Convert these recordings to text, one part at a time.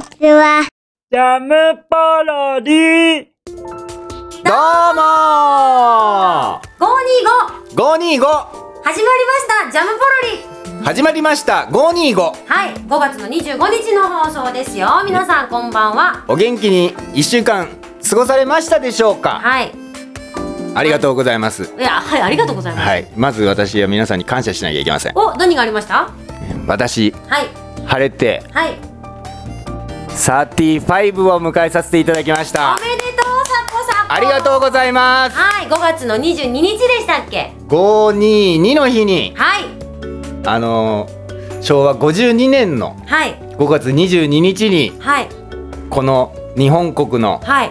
ちは。ジャムパロディどうも525 !525! 始まりましたジャムポロリ始まりました !525! はい5月の25日の放送ですよ皆さんこんばんはお元気に1週間過ごされましたでしょうかはいありがとうございます。いやはいありがとうございます、はい。まず私は皆さんに感謝しなきゃいけません。お何がありました私、はい晴れてはい35を迎えさせていただきましおた。めでとうサッポサッポありがとうございます。はい5月の22日でしたっけ522の日に、はいあのー昭和52年のはい5月22日に、はいこの日本国のはい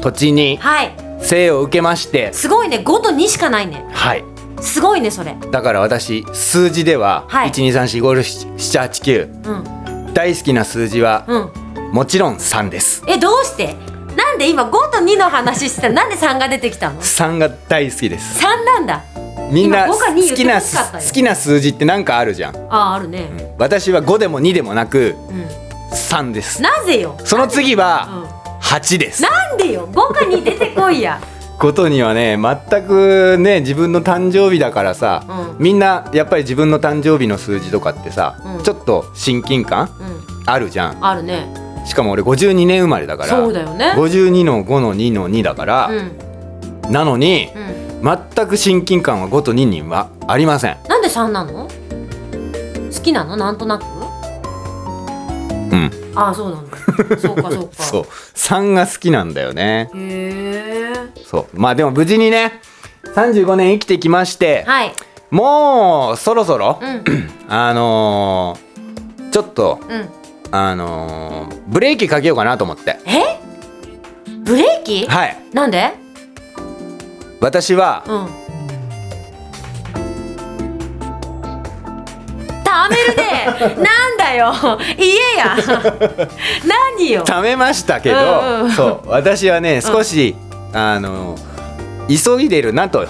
土地にはい生を受けまして、すごいね5と2しかないねはい。すごいねそれだから私数字では、はい123456789うん大好きな数字は、うんもちろん3ですえどうしてなんで今5と2の話してたのなんで3が出てきたの3が大好きです3なんだみんな今好5か2言っきてな欲しかったよ好きな数字ってなんかあるじゃんあああるね、私は5でも2でもなくうん3ですなぜよ、その次うんは、8ですなんでよ5かに出てこいやことにはね全くね自分の誕生日だからさ、うんみんなやっぱり自分の誕生日の数字とかってさ、うんちょっと親近感うんあるじゃんあるねしかも俺52年生まれだからそうだよね52の5の2の2だから、うんなのにうん全く親近感は5と2にはありませんなんで3なの好きなのなんとなくうんああそうなん だそうかそうかそう3が好きなんだよねへえそうまあでも無事にね35年生きてきまして、はいもうそろそろ、うんあのーちょっとうんあのーブレーキかけようかなと思ってえ ブレーキはいなんで私はうんためる ねなんだよ言え や何よ貯めましたけど、うんうんそう私はね少し、あのー急いでるなと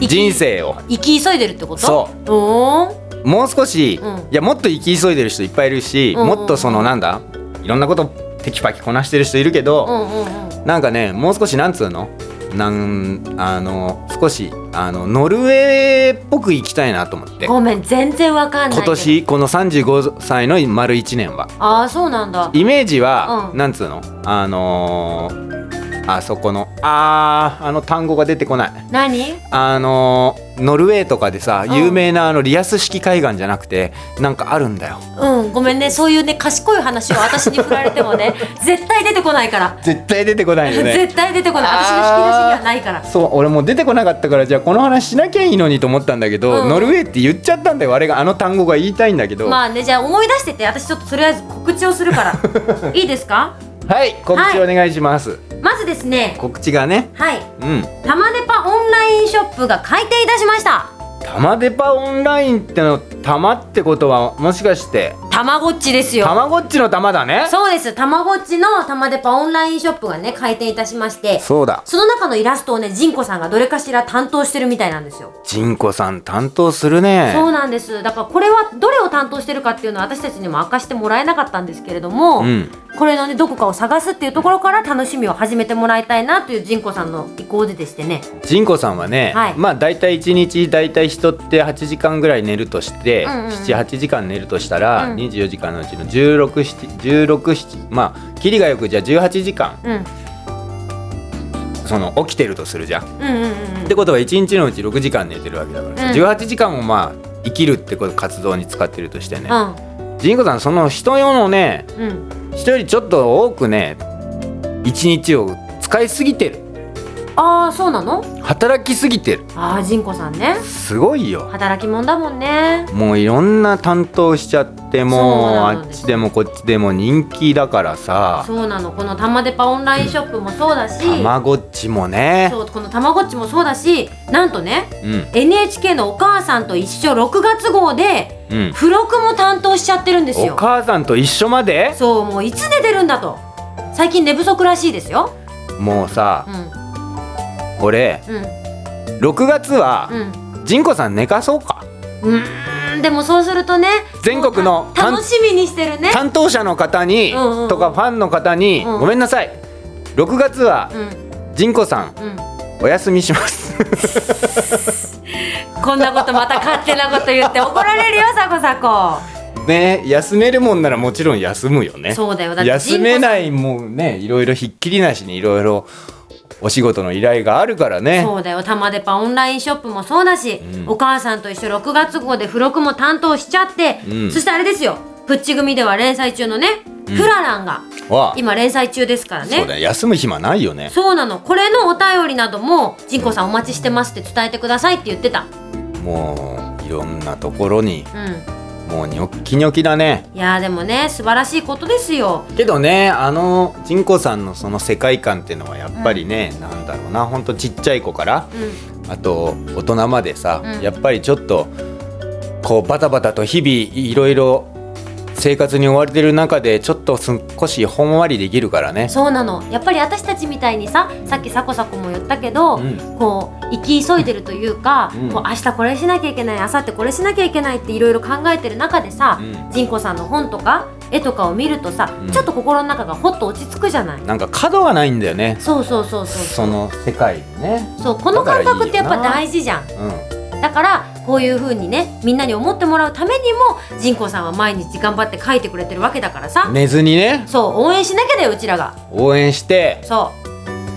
人生を生き急いでるってことそうおーもう少し、うんいやもっと生き急いでる人いっぱいいるし、うんうんもっとそのなんだいろんなことテキパキこなしてる人いるけうど、んうんうんなんかねもう少しなんつうのなんあの少しあのノルウェーっぽく生きたいなと思ってごめん全然わかんない今けど年この35歳の丸1年はああそうなんだイメージは、うんなんつうのあのーあそこのあーあの単語が出てこない何あのーノルウェーとかでさ、うん有名なあのリアス式海岸じゃなくてなんかあるんだようんごめんねそういうね賢い話を私に振られて もね絶対出てこないから、絶対出てこないよね絶対出てこない私の引き出しにはないからそう俺もう出てこなかったからじゃあこの話しなきゃいいのにと思ったんだけど、うんノルウェーって言っちゃったんだよ我があの単語が言いたいんだけど、まあねじゃあ思い出してて私ちょっととりあえず告知をするから いいですかはい告知お願いします、まずですね告知がねはいうん玉ネパオンラインショップが開店いたしましたタマデパオンラインってのタマってことはもしかしてたまごっちですよたまごっちの玉だねそうです。たまごっちのたまデパオンラインショップがね、開店いたしまして、そうだその中のイラストをね、ジンコさんがどれかしら担当してるみたいなんですよ。ンコさん担当するねそうなんです。だからこれはどれを担当してるかっていうのは私たちにも明かしてもらえなかったんですけれども、うんこれのね、どこかを探すっていうところから楽しみを始めてもらいたいなというジンコさんの意向ででしてね。ジンコさんはね、はいまあ大体1日大体人って8時間ぐらい寝るとして、うんうんうん78時間寝るとしたら、うん24時間のうちの1616まあキリがよくじゃあ18時間うん。うんその起きてるとするじゃん。っうんうんうん。てことは1日のうち6時間寝てるわけだからさ、うん18時間もまあ生きるってこと活動に使ってるとしてね、うジンコさんその人用のねん。うん。人よりちょっと多くね1日を使いすぎてるああ、そうなの働きすぎてるああ、ジンコさんね。すごいよ。働き者だもんね。もういろんな担当しちゃってもうそうなあのっですちでもこっちでも人気だからさそうなの。このたまデパオンラインショップもそうだし、たまごっちもねそうこのたまごっちもそうだしなんとねうん NHK の「お母さんと一緒」6月号でうん付録も担当しちゃってるんですおよ母さんと一緒までそうもういつ出てるんだと最近寝不足らしいですよもうさうん俺うん6月はうんジンコさん寝かそうかうーんでもそうするとね全国のた楽しみにしてるね担当者の方にうんうんとかファンの方にうんごめんなさい6月はうんジンコさんうんお休みします こんなことまた勝手なこと言って 怒られるよサコサコね休めるもんならもちろん休むよねそうだよだって休めいないもんねいろいろひっきりなしにいろいろお仕事の依頼があるからねそうだよ玉デパオンラインショップもそうだし、お母さんと一緒6月号で付録も担当しちゃって、うんそしてあれですよプッチ組では連載中のね、プラランがわあ今連載中ですからねそうだよ休む暇ないよねそうなのこれのお便りなども「仁子さんお待ちしてます」って伝えてくださいって言ってたもういろんなところにうんもうニョッキニョキだねいやーでもね素晴らしいことですよけどねあのジンコさんのその世界観っていうのはやっぱりね、なんだろうなほんとちっちゃい子からうんあと大人までさ、うんやっぱりちょっとこうバタバタと日々いろいろ生活に追われてる中でちょっと少しほんわりできるからねそうなのやっぱり私たちみたいにささっきサコサコも言ったけど、うんこう生き急いでるというか、うんこう明日これしなきゃいけない明後日これしなきゃいけないっていろいろ考えてる中でさうん仁子、さんの本とか絵とかを見るとさ、うんちょっと心の中がほっと落ち着くじゃないなんか角がないんだよねそうそうそうそうその世界ねそうこの感覚ってやっぱだからい大事じゃんいよなだからこういう風にねみんなに思ってもらうためにも仁子さんは毎日頑張って書いてくれてるわけだからうさん、寝ずにねそう応援しなきゃだようちらが応援してそ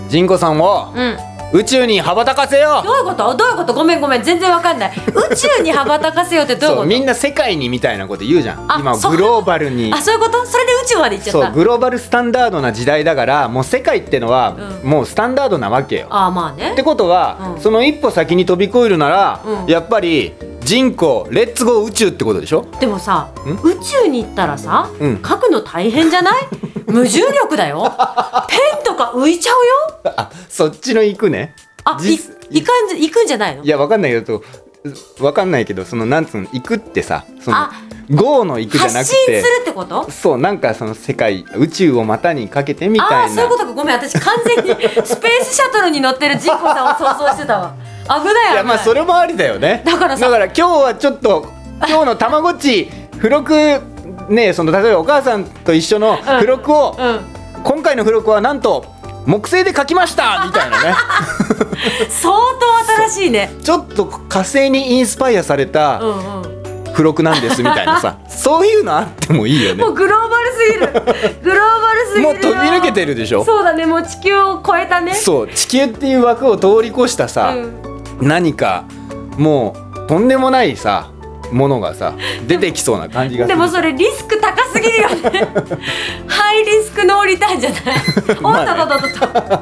ジンコさんをううん宇宙に羽ばたかせようどういうことどういうことごめんごめん全然わかんない宇宙に羽ばたかせようってどういうそうことみんな世界にみたいなこと言うじゃあん今そうグローバルにあそういうことそれで宇宙まで行っちゃっそうたグローバルスタンダードな時代だからもう世界ってのは、うんもうスタンダードなわけよ。ああまあねってことは、うんその一歩先に飛び越えるなら、うんやっぱり人口レッツゴー宇宙ってことでしょでもさん宇宙に行ったらさ、うん書くの大変じゃない 無重力だよペンとか浮いちゃうよあそっちの行くね。あい実いかんじ行くんじゃないのいやわかんないけどわかんないけどそのなんつうの行くってさそのあゴーの行くじゃな発く信するてってことそうなんかその世界宇宙を股にかけてみあたあいーそういなうことかごめん私完 全にスペースシャトルに乗ってるジンコさんを想像してたわ危ない危ないいやまあそれもありだよねだからさだから今日はちょっ と今日のたまごっち付録ねその例えばお母さんと一緒の付録を、うん今回の付録はなんと木製で書きましたみたいな ね相当新しいねちょっと火星にインスパイアされうたんうん付録なんですみたいなさそういうのあってもいいよねもうグローバルすぎる グローバルすぎるもよう飛び抜けてるでしょそうだねもう地球を超えたねそう地球っていう枠を通り越したさ、うん何かもうとんでもないさものが さ出てきそうな感じがすでるもそれリスク高すぎるよ ねハイリスクノーリターンじゃないおまあねっとっとっとっとっと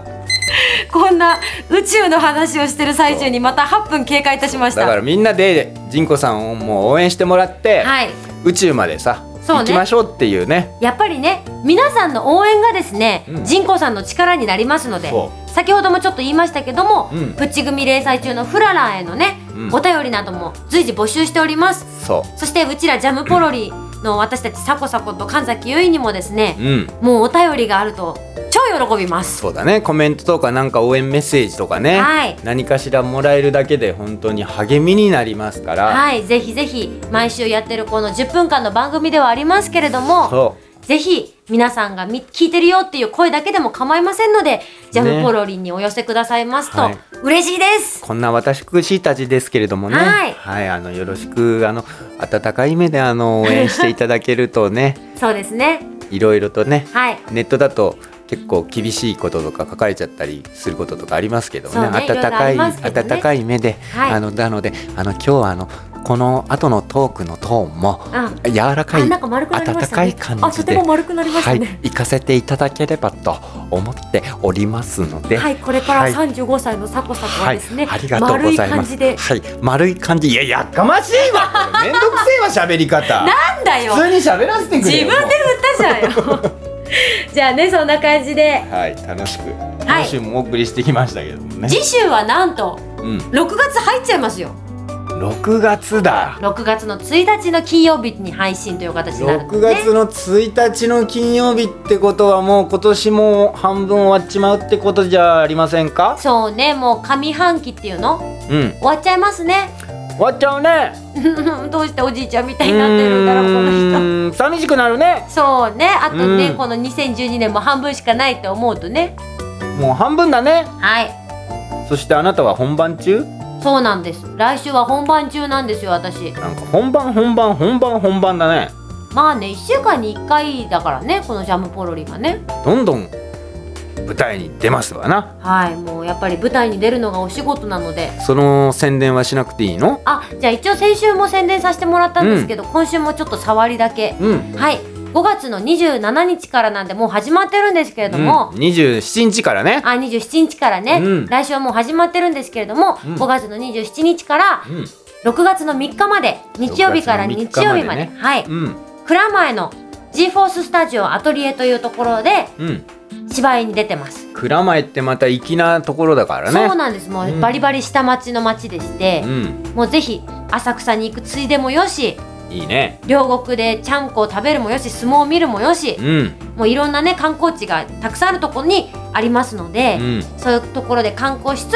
こんな宇宙の話をしてる最中にまた8分経過いたしましただからみんなでジンコさんをもう応援してもらって、はい宇宙までさ、そうね行きましょうっていうねやっぱりね皆さんの応援がですね、うん人口さんの力になりますのでそ先ほどもちょっと言いましたけども、うんプチ組連載中のフラランへのね、うんお便りなども随時募集しておりますそそしてうちらジャムポロリの私たちサコサコと神崎優衣にもですうね、うんもうお便りがあると超喜びますそうだねコメントとかなんか応援メッセージとかね、はい何かしらもらえるだけで本当に励みになりますから、はいぜひぜひ毎週やってるこの10分間の番組ではありますけれどもそぜひ皆さんがみ聞いてるよっていう声だけでも構いませんので、ジャムポロリンにお寄せくださいますと、はい嬉しいです。うこんな私たちですけれどもねはいあのよろしくあの温かい目であの応援していただけるとね そうですね。いろいろとねはい。ネットだと結構厳しいこととか書かれちゃったりすることとかありますけどそねうね温かいいろいろありますけどね温かい目で、はいあのなのであの今日はあのこの後のトークのトーンもう柔らかあい、なんか丸くなりま温したかねい。感あ、とじてでも。丸くなりましたはいね。、行かせていただければと思っておりますので、はい、これからはい35歳のサコサコははいですね、ありがとうござい丸い感まじす。で。はい、丸い感じ、いや、やっかましいわ。これめんどくせえわ、喋り方。 なんだよ普通に喋らせてく自れ分よ。で振った じゃんよ。じゃあね、そんな感じで、もうはい、楽しく。今週もお送りしてきましたけどもね。次週はなんと、うん、 6月入っちゃいますよ。 6月だ。 6月の1日の金曜日に配信という形になるんで6す月の1日の金曜日ってことはもう今年も半分終わっちまうってことじゃありませんかそうね、もう上半期っていうのうん終わっちゃいますね。 終わっちゃうねどうしておじいちゃんみたいになってるんだろうこうの人ーん寂しくなるねそうねあとねうんこの2012年も半分しかないと思うとねもう半分だねはいそしてあなたは本番中そうなんです来週は本番中なんですよ私なんか本番本番本番本番だねまあね1週間に1回だからねこのジャムポロリがねどんどん舞台に出ますわなはいもうやっぱり舞台に出るのがお仕事なのでその宣伝はしなくていいのあじゃあ一応先週も宣伝させてもらったんですけど、今週もちょっと触りだけうんはい5月の27日からなんでもう始まってるんですけれども、うん、27日からねあ27日からね、うん来週はもう始まってるんですけれども、うん5月の27日からうん6月の3日まで日曜日から日6月の曜3日日ままででねはいうん蔵前の G フォーススタジオアトリエというところでうん芝居に出てます、蔵前ってまた粋なところだからねそうなんですもううんバリバリ下町の町でして、うんもうぜひ浅草に行くついでもよしいいね両国でちゃんこを食べるもよし相撲を見るもよしうんもういろんなね観光地がたくさんあるところにありますのうで、んそういうところで観光しつつ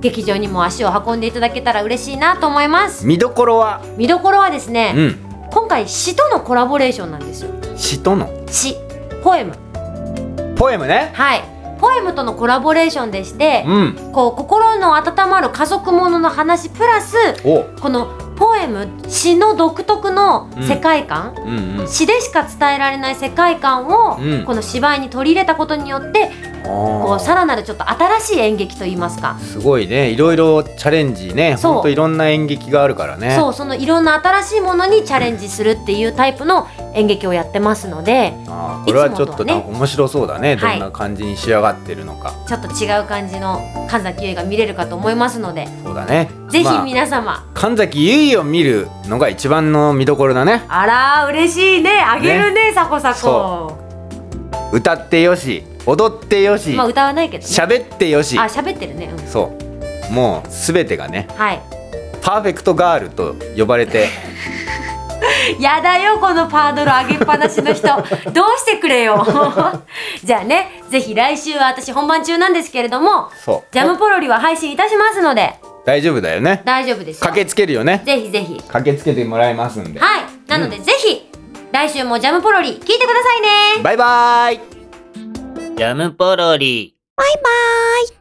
劇場にも足を運んでいただけたら嬉しいなと思います見どころは見どころはですうね、ん今回詩とのコラボレーションなんですよ詩との詩ポエムポエムねはいポエムとのコラボレーションでしてうんこう心の温まる家族ものの話プラスおこのポエム詩の独特の世界観、うんうん詩でしか伝えられない世界観を、うんこの芝居に取り入れたことによってこあうーさらなるちょっと新しい演劇といいますかすごいねいろいろチャレンジねそうほんといろんな演劇があるからねそうそのいろんな新しいものにチャレンジするっていうタイプの演劇をやってますのであーこれはいつちもょとっとはねなんか面白そうだね、はいどんな感じに仕上がってるのかちょっと違う感じの神崎結衣が見れるかと思いますのでそうだねぜひまあ皆様、神崎結衣を見るのが一番の見どころだねあらー嬉しいねあげるねサコサコそ歌ってよし踊ってよしまあ歌わないけどね喋、ってよしあ喋ってるね、うん、そうもう全てがねはいパーフェクトガールと呼ばれ てやだよこのパードル上げっぱなし の人どうしてくれよ じゃあねぜひ来週は私本番中なんですけれどもそうジャムポロリは配信いたしますので大丈夫だよね 大丈夫ですよ駆けつけるよ ねぜひぜひ駆けつけてもらいますんで、はいなのでぜひ、来週もジャムポロリ聞いてくださいねバイバーイジャムポロリ。